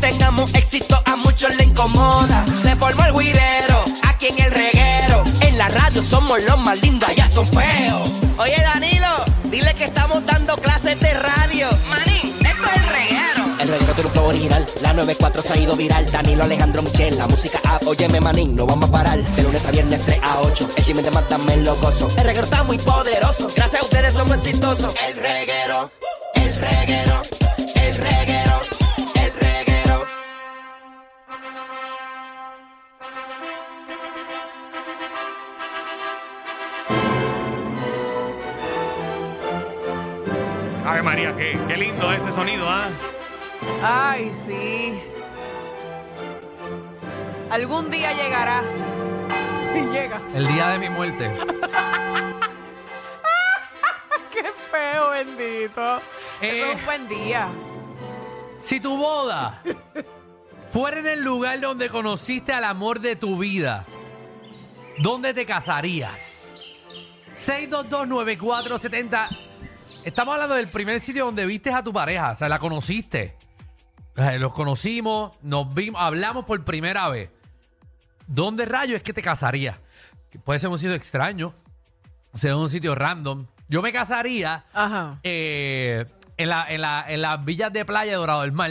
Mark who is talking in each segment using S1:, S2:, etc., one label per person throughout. S1: tengamos éxito a muchos le incomoda. Se formó el guirero, aquí en el reguero. En la radio somos los más lindos, allá son feos. Oye Danilo, dile que estamos dando clases de radio.
S2: Manín, esto es el reguero.
S1: El reguero tiene un flow original, la 94 se ha ido viral. Danilo Alejandro Michel, la música app, óyeme manín, no vamos a parar. De lunes a viernes 3 a 8, el chisme de Mátame lo gozo. El reguero está muy poderoso, gracias a ustedes somos exitosos. El reguero, el reguero, el reguero, el reguero.
S3: Ay, María, qué, qué lindo ese sonido, ¿ah?
S4: Ay, sí. Algún día llegará. Si llega.
S5: El día de mi muerte.
S4: Qué feo, bendito. Eso
S5: Eh.
S4: es un buen día.
S5: Si tu boda fuera en el lugar donde conociste al amor de tu vida, ¿dónde te casarías? 6229470. Estamos hablando del primer sitio donde viste a tu pareja, o sea, la conociste. Eh, Los conocimos, nos vimos, hablamos por primera vez. ¿Dónde rayo es que te casarías? Que Puede ser un sitio extraño, sea un sitio random. Yo me casaría
S4: Ajá.
S5: eh, en, la- en la- en las villas de playa de Dorado del Mar.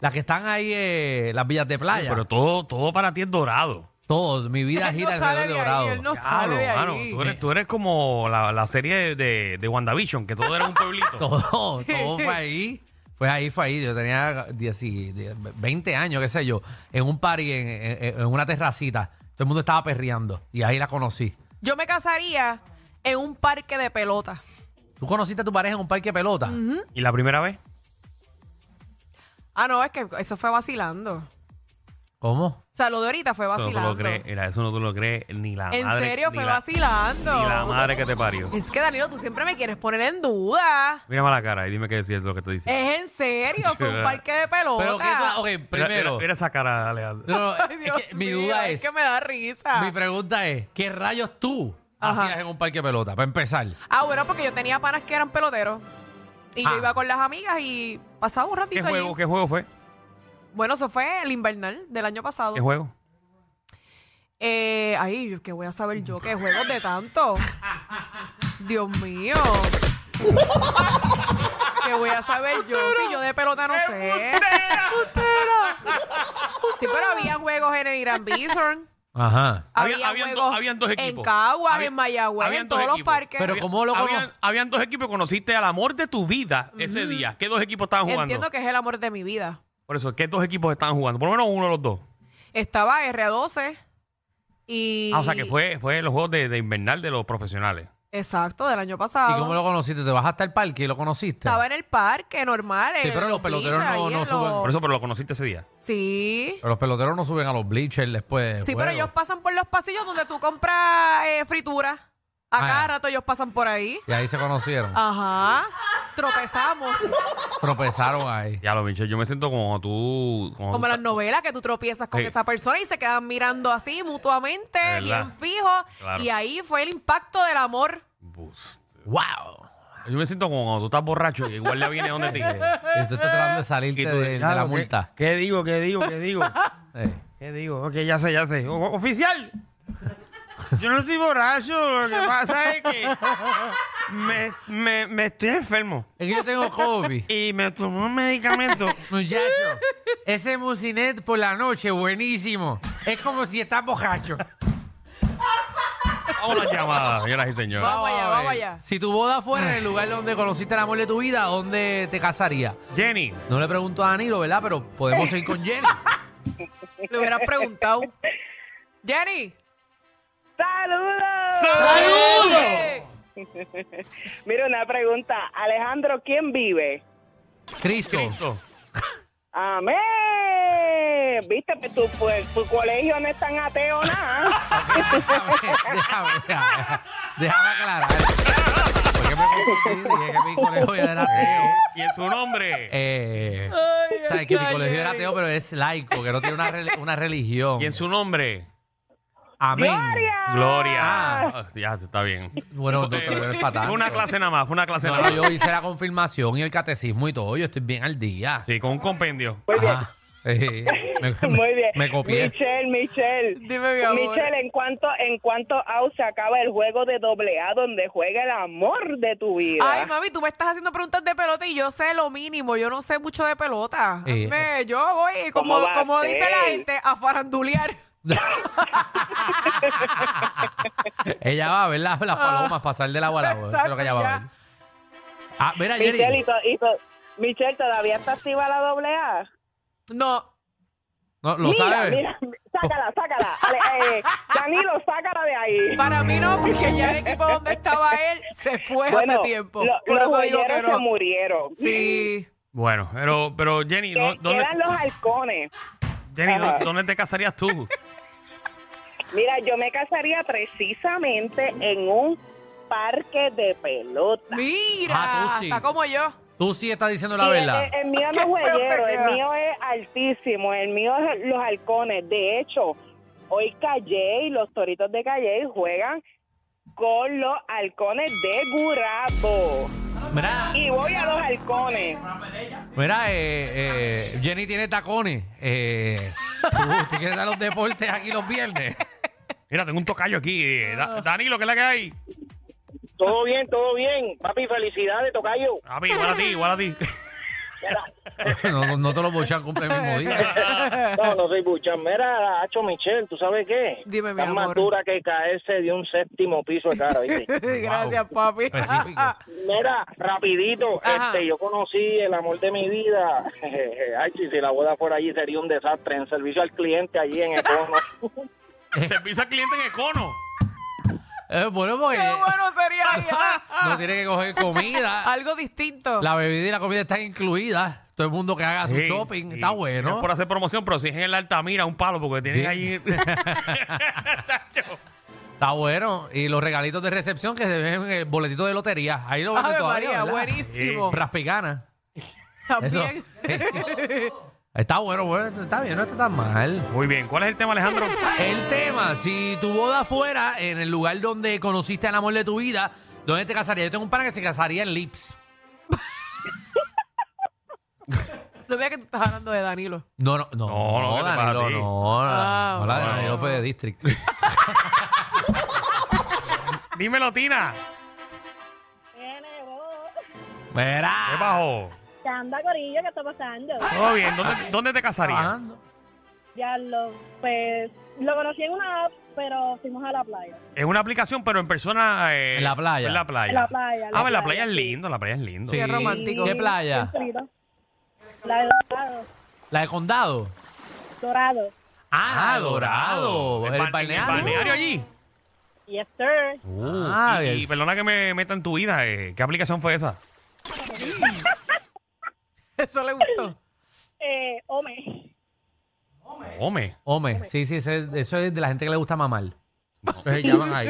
S5: Las que están ahí, eh, las villas de playa.
S3: Pero todo, todo para ti es dorado.
S5: Todo, mi vida
S4: Él
S5: gira
S4: no
S5: alrededor
S4: sale
S5: de
S4: de
S5: Dorado.
S4: ahí, él no
S3: Claro,
S4: sale de
S3: mano,
S4: ahí.
S3: tú eres, tú eres como la, la serie de, de WandaVision, que todo era un pueblito.
S5: Todo, todo fue ahí. Fue ahí, fue ahí. Yo tenía 10 y- 10, 20 años, qué sé yo, en un party, en, en- en una terracita. Todo el mundo estaba perreando y ahí la conocí.
S4: Yo me casaría en un parque de pelota.
S5: ¿Tú conociste a tu pareja en un parque de pelota?
S3: ¿Y la primera vez?
S4: Ah, no, es que eso fue vacilando. O
S5: ¿Cómo?
S4: sea, lo de ahorita fue
S3: Eso no te
S4: vacilando.
S3: lo crees, mira, eso no te lo crees ni la
S4: en
S3: madre.
S4: serio,
S3: ni
S4: fue
S3: la-
S4: vacilando.
S3: Ni la madre que te parió.
S4: Es que Danilo, tú siempre me quieres poner en duda.
S3: Mírame la cara y dime qué es cierto lo que te dice.
S4: Es en serio, fue un parque de pelota.
S5: Pero, ¿qué tú- ok,
S3: Mira-
S5: primero.
S3: Mira, mira esa cara, Alejandro.
S5: No, no,
S4: Ay,
S5: es
S4: Dios
S5: que mi
S4: mío,
S5: duda
S4: es
S5: es,
S4: que me da risa.
S5: mi pregunta es, ¿qué rayos tú
S4: Ajá.
S5: hacías en un parque de pelota? Para empezar.
S4: Ah, bueno, porque yo tenía panas que eran peloteros. Y
S5: Ah.
S4: yo iba con las amigas y pasaba un ratito
S3: ¿Qué juego,
S4: allí.
S3: qué juego fue?
S4: Bueno, eso fue el invernal del año pasado.
S3: ¿Qué juego?
S4: Eh, ay, yo- ¿qué voy a saber yo? ¿Qué juegos de tanto? Dios mío. ¿Qué voy a saber yo si yo de pelota no sé? Sí, pero había juegos en el Irán Bithorn.
S5: Ajá.
S3: Había-
S4: Había,
S3: habían
S4: juegos
S3: dos- habían dos equipos.
S4: En Caguas,
S3: Había-
S4: en Mayagüez,
S3: habían
S4: en
S3: dos
S4: todos los
S3: equipos.
S4: parques.
S5: Pero ¿cómo lo
S3: habían,
S5: cono-
S3: habían dos equipos que conociste al amor de tu vida ese día. ¿Qué dos equipos estaban jugando?
S4: Entiendo que es el amor de mi vida.
S3: Por eso, ¿qué dos equipos estaban jugando? Por lo menos uno de los dos.
S4: Estaba R12 y...
S3: Ah, o sea, que fue, fue los juegos de, de invernal de los profesionales.
S4: Exacto, del año pasado.
S5: ¿Y cómo lo conociste? ¿Te vas hasta el parque y lo conociste?
S4: Estaba en el parque, normal.
S5: Sí,
S4: en
S5: pero los peloteros
S4: beach,
S5: no-
S4: ahí
S5: no
S4: en
S5: suben.
S4: los-
S3: Por eso, pero lo conociste ese día.
S4: Sí.
S5: Pero los peloteros no suben a los bleachers después del
S4: Sí,
S5: juego.
S4: pero ellos pasan por los pasillos donde tú compras eh, fritura. A
S5: Ah.
S4: cada rato ellos pasan por ahí.
S5: Y ahí se conocieron.
S4: Ah. Ajá. Tropezamos.
S5: Tropezaron ahí.
S3: Ya lo Michelle, yo me siento como tú. Como,
S4: Como
S3: tú-
S4: las novelas que tú tropiezas con
S3: Sí.
S4: esa persona y se quedan mirando así mutuamente,
S3: De verdad.
S4: bien fijos.
S3: Claro.
S4: Y ahí fue el impacto del amor.
S3: Bus.
S5: ¡Wow!
S3: Yo me siento como cuando tú estás borracho y igual le viene donde ti.
S5: Y tú estás tratando de salirte
S3: Y tú,
S5: de, de
S3: claro,
S5: la
S3: ¿qué-
S5: multa.
S3: ¿Qué, digo? ¿Qué digo? ¿Qué digo?
S5: Eh.
S3: ¿Qué digo? Ok, ya sé, ya sé. O- ¡Oficial! Yo no estoy borracho. Lo que pasa es que me, me, me estoy enfermo.
S5: Es que yo tengo COVID.
S3: Y me tomé un medicamento.
S5: Muchacho, ese musinet por la noche, buenísimo. Es como si estás bojacho.
S3: Vamos a las llamadas, señoras y señores.
S4: Vamos allá, vamos allá.
S5: Si tu boda fuera en el lugar donde conociste el amor de tu vida, ¿dónde te casarías?
S3: Jenny,
S5: No le pregunto a Danilo, ¿verdad? Pero podemos ir con Jenny.
S4: Le hubieras preguntado. Jenny.
S6: ¡Saludos!
S4: ¡Saludos!
S6: Mira, una pregunta. Alejandro, ¿quién vive?
S5: Cristo.
S3: Cristo.
S6: ¡Amén! Viste, pues tu, pues, tu colegio no es tan ateo nada.
S5: déjame, déjame, déjame aclarar. Porque me confundí, dije que mi colegio era ateo.
S3: Y en su nombre.
S5: Eh, ¿Sabes que mi colegio era ateo, pero es laico, que no tiene una, rel- una religión?
S3: Y en su nombre.
S5: Amén.
S6: ¡Gloria!
S3: Gloria.
S5: Ah.
S3: Ah, ya, está bien.
S5: Bueno, tú te ves
S3: Fue una clase nada más, fue una clase
S5: No,
S3: nada
S5: no,
S3: más.
S5: yo hice la confirmación y el catecismo y todo. Yo estoy bien al día.
S3: Sí, con un compendio.
S6: Muy bien.
S5: Ajá. Eh, me,
S6: Muy bien.
S5: me copié.
S6: Michelle, Michelle.
S4: Dime, mi amor.
S6: Michelle, ¿en cuánto, en cuánto out se acaba el juego de doble A donde juega el amor de tu vida?
S4: Ay, mami, tú me estás haciendo preguntas de pelota y yo sé lo mínimo. Yo no sé mucho de pelota. A mí
S5: Eh.
S4: me- yo voy,
S6: ¿Cómo
S4: como,
S6: va a
S4: como dice
S6: ser?
S4: la gente, a farandulear.
S5: ella va a ver las,
S6: Ah.
S5: las palomas pasar del agua al agua. Eso es lo que ella va a ver. Ah, mira, Jerry.
S6: Michelle, y to- y to- Michelle, ¿todavía está activa la doble A?
S4: No,
S5: No, lo
S6: mira,
S5: sabe.
S6: mira, sácala, sácala. Ale, eh, Danilo, sácala de ahí.
S4: para mí no, porque ya el equipo donde estaba él se fue
S6: Bueno,
S4: hace tiempo.
S6: lo-
S4: Por
S6: los
S4: eso digo
S6: joyeros
S4: que
S6: se
S4: no.
S6: murieron.
S4: Sí.
S3: Bueno, pero, pero Jenny,
S6: Que-
S3: ¿dó- ¿dónde,
S6: Quedan los halcones.
S3: Jenny, ¿dó-
S6: Ajá.
S3: ¿dónde te casarías tú?
S6: Mira, yo me casaría precisamente en un parque de pelota.
S4: Mira,
S5: Ah, tú sí.
S4: está como yo.
S5: Tú sí estás diciendo la
S6: Y el,
S5: verdad.
S6: el- el mío no
S4: Qué
S6: es
S4: feo te
S6: huellero, el
S4: queda.
S6: mío es altísimo, el mío es los halcones. De hecho, hoy Calle y los toritos de Calle juegan con los halcones de Gurabo.
S5: Mira,
S6: Y voy a los halcones.
S5: mira eh, eh, Jenny tiene tacones. Eh, tú, tú quieres dar los deportes aquí los viernes.
S3: Mira, tengo un tocayo aquí. eh, Da- Danilo, ¿qué es la que hay?
S7: Todo bien, todo bien. Papi, felicidades, Tocayo.
S3: A mí, igual a ti, igual a ti.
S5: No, no te los bochan cumple el mismo día.
S7: No, no soy buchan. Mira, Hacho Michel, ¿tú sabes qué?
S4: Dime, mi
S7: Está más
S4: amor.
S7: dura que caerse de un séptimo piso de cara, ¿viste?
S4: Gracias, papi.
S5: Específico.
S7: Mira, rapidito,
S4: Ajá.
S7: este, yo conocí el amor de mi vida. Ay, si si la boda fuera allí sería un desastre. En servicio al cliente allí en Econo.
S3: Servicio al cliente en Econo.
S5: Eh, bueno, porque
S4: Qué bueno sería
S5: Eh.
S4: ahí,
S5: no tiene que coger comida.
S4: algo distinto.
S5: La bebida y la comida están incluidas. Todo el mundo que haga su
S3: Sí,
S5: shopping.
S3: sí.
S5: Está
S3: No
S5: bueno.
S3: es por hacer promoción, pero si es en el Altamira, un palo, porque tienen
S5: Sí.
S3: ahí.
S5: Está bueno. Y los regalitos de recepción que se ven en el boletito de lotería. Ahí lo venden
S4: Ave
S5: todavía.
S4: María,
S5: ¿verdad?
S4: buenísimo.
S5: Raspigana. Eso.
S4: También.
S5: está bueno, bueno. Está bien, no está tan mal.
S3: Muy bien, ¿cuál es el tema, Alejandro?
S5: El tema, si tu boda fuera en el lugar donde conociste al amor de tu vida, ¿dónde te casarías? Yo tengo un pana que se casaría en Lips.
S4: No veas que tú estás hablando de Danilo.
S5: No, no, no.
S3: No, no, ¿qué te pasa a
S5: Danilo,
S3: ti?
S5: no, no,
S4: Ah,
S5: no, la de
S3: bueno.
S5: Danilo fue de District.
S3: Dímelo, Tina. ¿Qué
S5: Verá.
S3: bajo?
S8: Anda, Corillo, ¿qué está pasando?
S3: Todo bien, ¿dónde, dónde te casarías?
S5: Trabajando.
S8: Ya lo, pues, lo conocí en una app, pero fuimos a la playa.
S3: Es una aplicación, pero en persona. eh,
S5: En la playa.
S3: En la playa.
S8: En la playa, la
S3: ah, en la playa
S8: playa,
S3: es
S8: sí.
S3: lindo, la playa es lindo. Ah,
S5: Sí.
S4: Qué romántico.
S5: ¿Qué playa?
S8: Frito. La de Dorado.
S5: La de Condado.
S8: Dorado.
S5: Ah, Dorado.
S3: El,
S5: El,
S3: ba-
S5: balneario.
S3: el balneario allí. Uh,
S8: Yes, sir.
S5: Ah,
S3: y,
S5: el-
S3: y perdona que me meta en tu vida. eh, ¿Qué aplicación fue esa?
S4: Eso le gustó.
S8: Eh, Ome.
S3: Hombre.
S5: Hombre, sí, sí, ese- eso es de la gente que le gusta mamar. Entonces llaman ahí.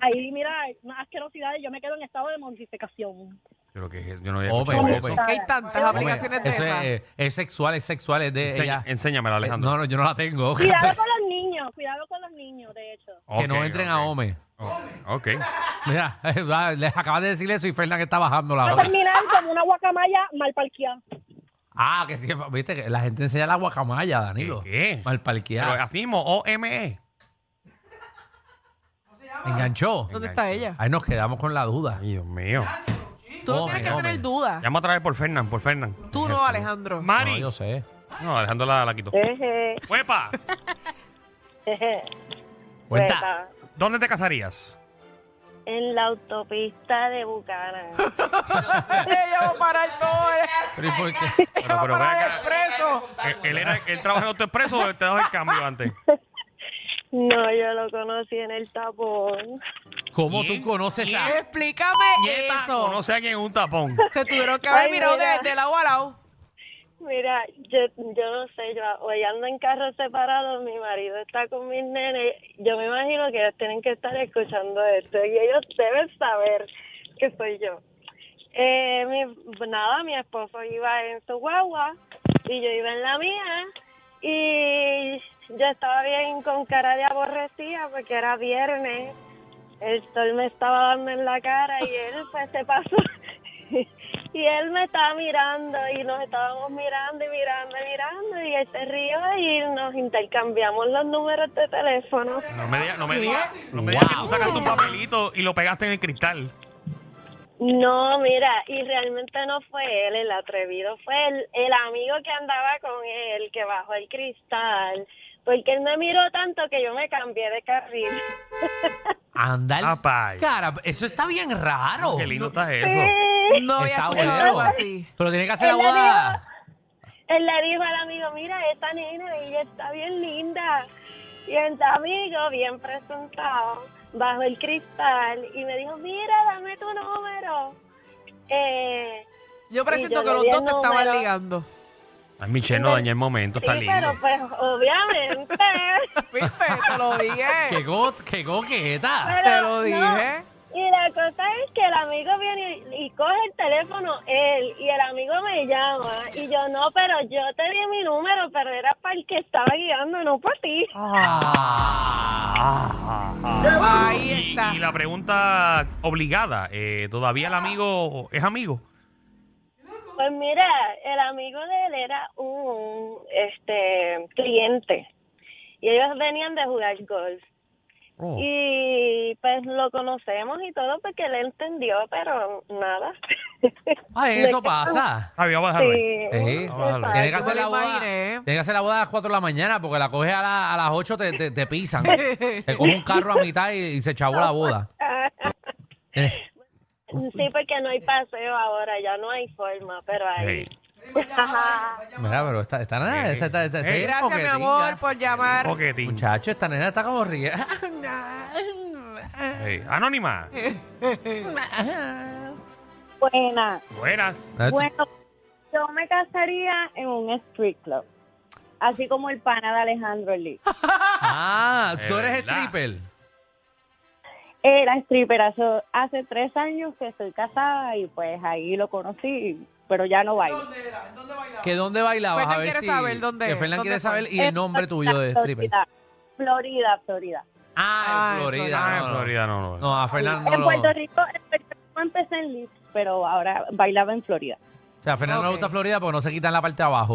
S8: Ahí, mira, unas asquerosidades. Yo me quedo en estado de mortificación.
S3: Yo, lo que, yo no había
S5: Ope,
S3: escuchado
S5: ope.
S3: eso.
S4: Que hay tantas
S8: Hombre,
S4: aplicaciones de
S5: Eso es,
S4: esas.
S5: eh, es sexual, es sexual, es de
S3: Enseña-
S5: ella.
S3: enséñamela, Alejandro.
S5: Eh, No, no, yo no la tengo.
S8: Cuidado con los niños, cuidado con los niños, de hecho.
S5: que no
S3: Ok,
S5: entren
S3: ok.
S5: a Home.
S3: Ok.
S5: Mira, eh, va, les acabas de decir eso y Fernan está bajando la
S8: Va a
S5: voz.
S8: terminar como una guacamaya mal parqueada.
S5: Ah, que sí, viste, que la gente enseña la guacamaya, Danilo.
S3: ¿Qué?
S5: Mal
S3: Pero
S5: parqueado.
S3: así mismo, E. O-M-E.
S5: Enganchó.
S4: ¿Dónde está ella?
S5: Ahí nos quedamos con la duda.
S3: ah. Ay, Dios mío.
S4: Tú no
S5: Hombre,
S4: tienes que
S5: hombre.
S4: tener dudas.
S3: Llama otra vez por Fernán, por Fernán.
S4: Tú no, Alejandro. Eh.
S5: No,
S3: Mari.
S5: yo sé.
S3: No, Alejandro la, la quitó.
S6: Eje,
S3: ¡Huepa!
S6: eje,
S5: Cuenta.
S6: suelta.
S3: ¿Dónde te casarías?
S8: En la autopista de Bucana.
S4: ella va a parar todo. Ella
S5: Pero ¿y por qué?
S3: Pero,
S4: va a
S3: pero ve
S4: parar
S3: acá.
S4: el preso.
S3: Eh, ¿Él, él era, él trabaja en autoexpreso o te daba el cambio antes?
S8: No, yo lo conocí en el tapón.
S5: ¿Cómo
S3: ¿Quién?
S5: tú conoces a
S4: Explícame eso.
S3: No sé a quién es un tapón.
S4: Se tuvieron que haber
S8: Ay,
S4: mirado
S8: mira.
S4: de, de lado a lado.
S8: Mira, yo, yo no sé, yo hoy ando en carros separados, mi marido está con mis nenes, yo me imagino que ellos tienen que estar escuchando esto y ellos deben saber que soy yo. Eh, mi- nada, mi esposo iba en su guagua y yo iba en la mía y yo estaba bien con cara de aborrecida porque era viernes, el sol me estaba dando en la cara y él pues se pasó Y él me estaba mirando y nos estábamos mirando y mirando y mirando y él se rió y nos intercambiamos los números de teléfono.
S3: No me digas no me digas no me digas que tú sacaste un papelito y lo pegaste en el cristal.
S8: No, mira, y realmente no fue él el atrevido, fue el, el amigo que andaba con él, que bajó el cristal, porque él me miró tanto que yo me cambié de carril.
S5: Anda el
S3: Apay.
S5: cara, eso está bien raro.
S8: Oh.
S3: Qué lindo está eso.
S4: No había
S5: Está
S4: escuchado
S5: bueno.
S4: algo así.
S5: Pero tiene que hacer la
S8: Él le dijo-
S5: boda.
S8: Él le dijo al amigo, mira, esta nena, ella está bien linda. Y el amigo, bien presentado, bajo el cristal y me dijo, mira, dame tu número. Eh,
S4: Yo presiento
S8: yo
S4: que
S8: le
S4: los
S8: di el
S4: dos te estaban
S8: número.
S4: ligando.
S3: Ay, Michelle, no daña el momento, está
S8: sí, pero
S3: lindo.
S8: pues obviamente.
S4: ¿Viste? Te lo
S5: Qué,
S4: dije.
S5: go, qué coqueta.
S8: pero
S4: Te lo
S8: no.
S4: dije.
S8: Y la cosa es que el amigo viene y, y coge el teléfono él y el amigo me llama y yo no, pero yo te di mi número, pero era para el que estaba guiando, no por ti.
S5: Ah.
S4: Ahí
S3: Y-
S4: está.
S3: Y, la pregunta obligada, eh, ¿todavía el amigo es amigo?
S8: Pues mira, el amigo de él era un este cliente y ellos venían de jugar golf.
S3: Oh.
S8: Y pues lo conocemos y todo porque él entendió, pero nada.
S5: Ay, Ah, eso pasa.
S3: Ah, voy a bajarlo ahí.
S8: Sí.
S5: Eh,
S3: Ojalá.
S5: tiene que
S4: Yo
S5: hacer
S4: me
S5: la
S4: lo
S5: boda.
S4: imaginé.
S5: Tiene que hacer la boda a las 4 de la mañana porque la coges a, la- a las 8 te, te, te pisan. te coge un carro a mitad y, y se chavó la boda. Eh,
S8: Sí, porque no hay paseo ahora, ya no hay forma, pero ahí.
S5: mira, pero esta, esta nena, esta, esta, esta- esta-
S3: Eh,
S5: esta-
S4: Gracias, mi amor, por llamar.
S3: Coquetín.
S5: Muchacho, esta nena está como riendo.
S3: Eh, Anónima.
S8: Buena.
S3: Buenas.
S8: Bueno, yo me casaría en un street club, así como el pana de Alejandro Lee.
S5: Ah, tú eres
S3: Es verdad.
S5: stripper.
S8: Era stripper hace, hace tres años que estoy casada y pues ahí lo conocí, pero ya no bailo.
S5: ¿Que dónde bailabas?
S4: Fernan
S5: a ver
S4: quiere
S5: si,
S4: saber dónde-
S5: Que Fernan
S4: dónde fue.
S5: quiere saber y el nombre tuyo de stripper.
S8: Florida, Florida, Florida.
S5: Ah, en
S4: Ah, en
S5: Florida.
S3: Ah,
S5: no,
S3: en
S5: no.
S3: Florida no, no.
S5: No, a Fernan no
S8: en
S5: lo...
S8: Puerto Rico, en Puerto Rico empecé en Lips, pero ahora bailaba en Florida.
S5: O sea, a Fernan no le
S4: Ok.
S5: gusta Florida porque no se quitan la parte de abajo.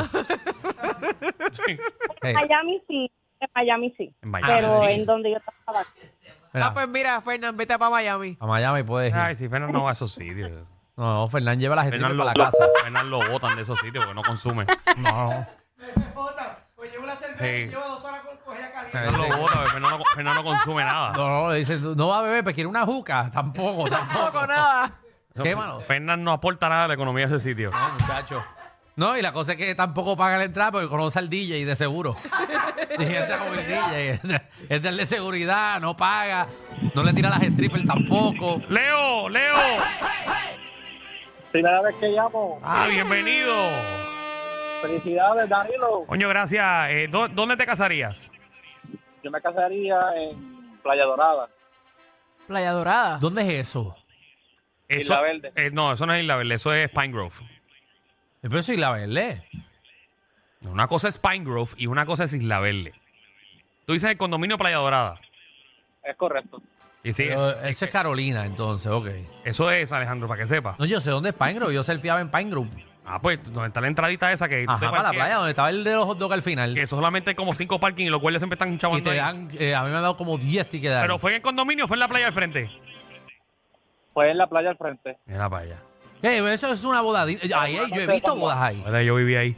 S5: Hey,
S8: Miami sí, en Miami sí,
S3: En Miami,
S8: pero
S3: Ah, sí.
S8: en donde yo estaba.
S5: mira,
S4: Ah, pues mira, Fernán, vete para Miami.
S5: A Miami puedes ir.
S3: Ay, si Fernan no va a esos sitios.
S5: No, Fernan lleva las
S3: Fernan
S5: estrellas
S3: lo,
S5: para la casa.
S3: Fernan lo botan de esos sitios porque no consume.
S5: No.
S3: Eh,
S5: Eh,
S3: Fernan lo
S5: sí.
S3: botan, Fernan no, Fernan no consume nada.
S5: No, no, le dice, no va a beber, pero quiere una juca. Tampoco, tampoco.
S4: Poco, nada.
S5: Quémalo.
S3: Fernan no aporta nada a la economía de ese sitio.
S5: No, muchacho. No, y la cosa es que tampoco paga la entrada porque conoce al DJ de seguro. Y este como el DJ. Este, este es el de seguridad, no paga. No le tira las strippers tampoco.
S3: Leo, Leo.
S7: Primera vez que llamo.
S3: Ah, bienvenido.
S7: Felicidades, Danilo.
S3: Coño, gracias. Eh, ¿dó- ¿Dónde te casarías?
S7: Yo me casaría en Playa Dorada.
S4: Playa Dorada.
S5: ¿Dónde es eso?
S3: Eso-
S7: Isla Verde.
S3: eh, no, eso no es Isla Verde, eso es Pine Grove.
S5: Pero sí, la verde.
S3: Una cosa es Pine Grove y una cosa es Isla Verde. Tú dices el condominio Playa Dorada.
S7: Es correcto.
S3: Y sí,
S5: Pero
S3: es-
S5: eso es Carolina, entonces, ok.
S3: eso es, Alejandro, para que sepa.
S5: No, yo sé dónde es Pine Grove. Yo surfeaba en Pine Grove.
S3: Ah, pues, donde está la entradita esa que tú te
S5: Ajá, para la
S3: parqueas,
S5: playa, donde estaba el de los hot dog al final.
S3: Que solamente hay como cinco parking y los cuales siempre están
S5: Y
S3: chavando
S5: te
S3: ahí.
S5: dan, eh, a mí me han dado como 10 tickets. de
S3: Pero
S5: ahí.
S3: fue en el condominio o fue en la playa al frente.
S7: Fue en la playa al frente.
S3: Mira para allá.
S5: Eh, eso es una bodadita. Eh, Ahí, ahí, yo he visto bodas ahí.
S3: Ahora yo viví ahí.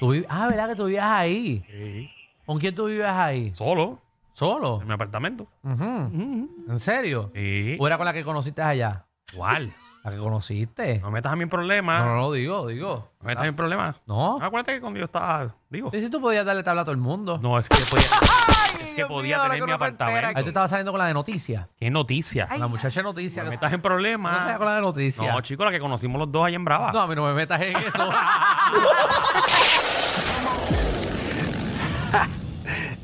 S5: Tú vi- ah, ¿verdad que tú vivías ahí? ¿Con quién tú vivías ahí?
S3: Solo,
S5: ¿Solo?
S3: en mi apartamento.
S5: Ujú. ¿En serio?
S3: Sí.
S5: ¿O era con la que conociste allá?
S3: Igual.
S5: ¿La que conociste? No,
S3: No metas a mí en problemas. No,
S5: no, no, digo, digo.
S3: metas a mí en problemas.
S5: No.
S3: Acuérdate que cuando yo estaba. Digo.
S5: ¿Y si tú podías darle tabla a todo el mundo?
S3: Ah, pues. No, es que pues, podía,
S4: Ay,
S3: es que
S4: Dios
S3: podía
S4: mío, ahora
S3: tener
S4: que
S3: mi
S4: uno se entera
S3: apartamento.
S5: Ahí tú estabas saliendo con la de noticias.
S3: Qué noticia.
S5: La muchacha de noticias.
S3: no
S5: que-
S3: metas en
S5: ¿Tú no salías
S3: problemas.
S5: con la de noticias?
S3: No, chico, la que conocimos los dos allá en Brava.
S5: No, a mí no me metas en eso.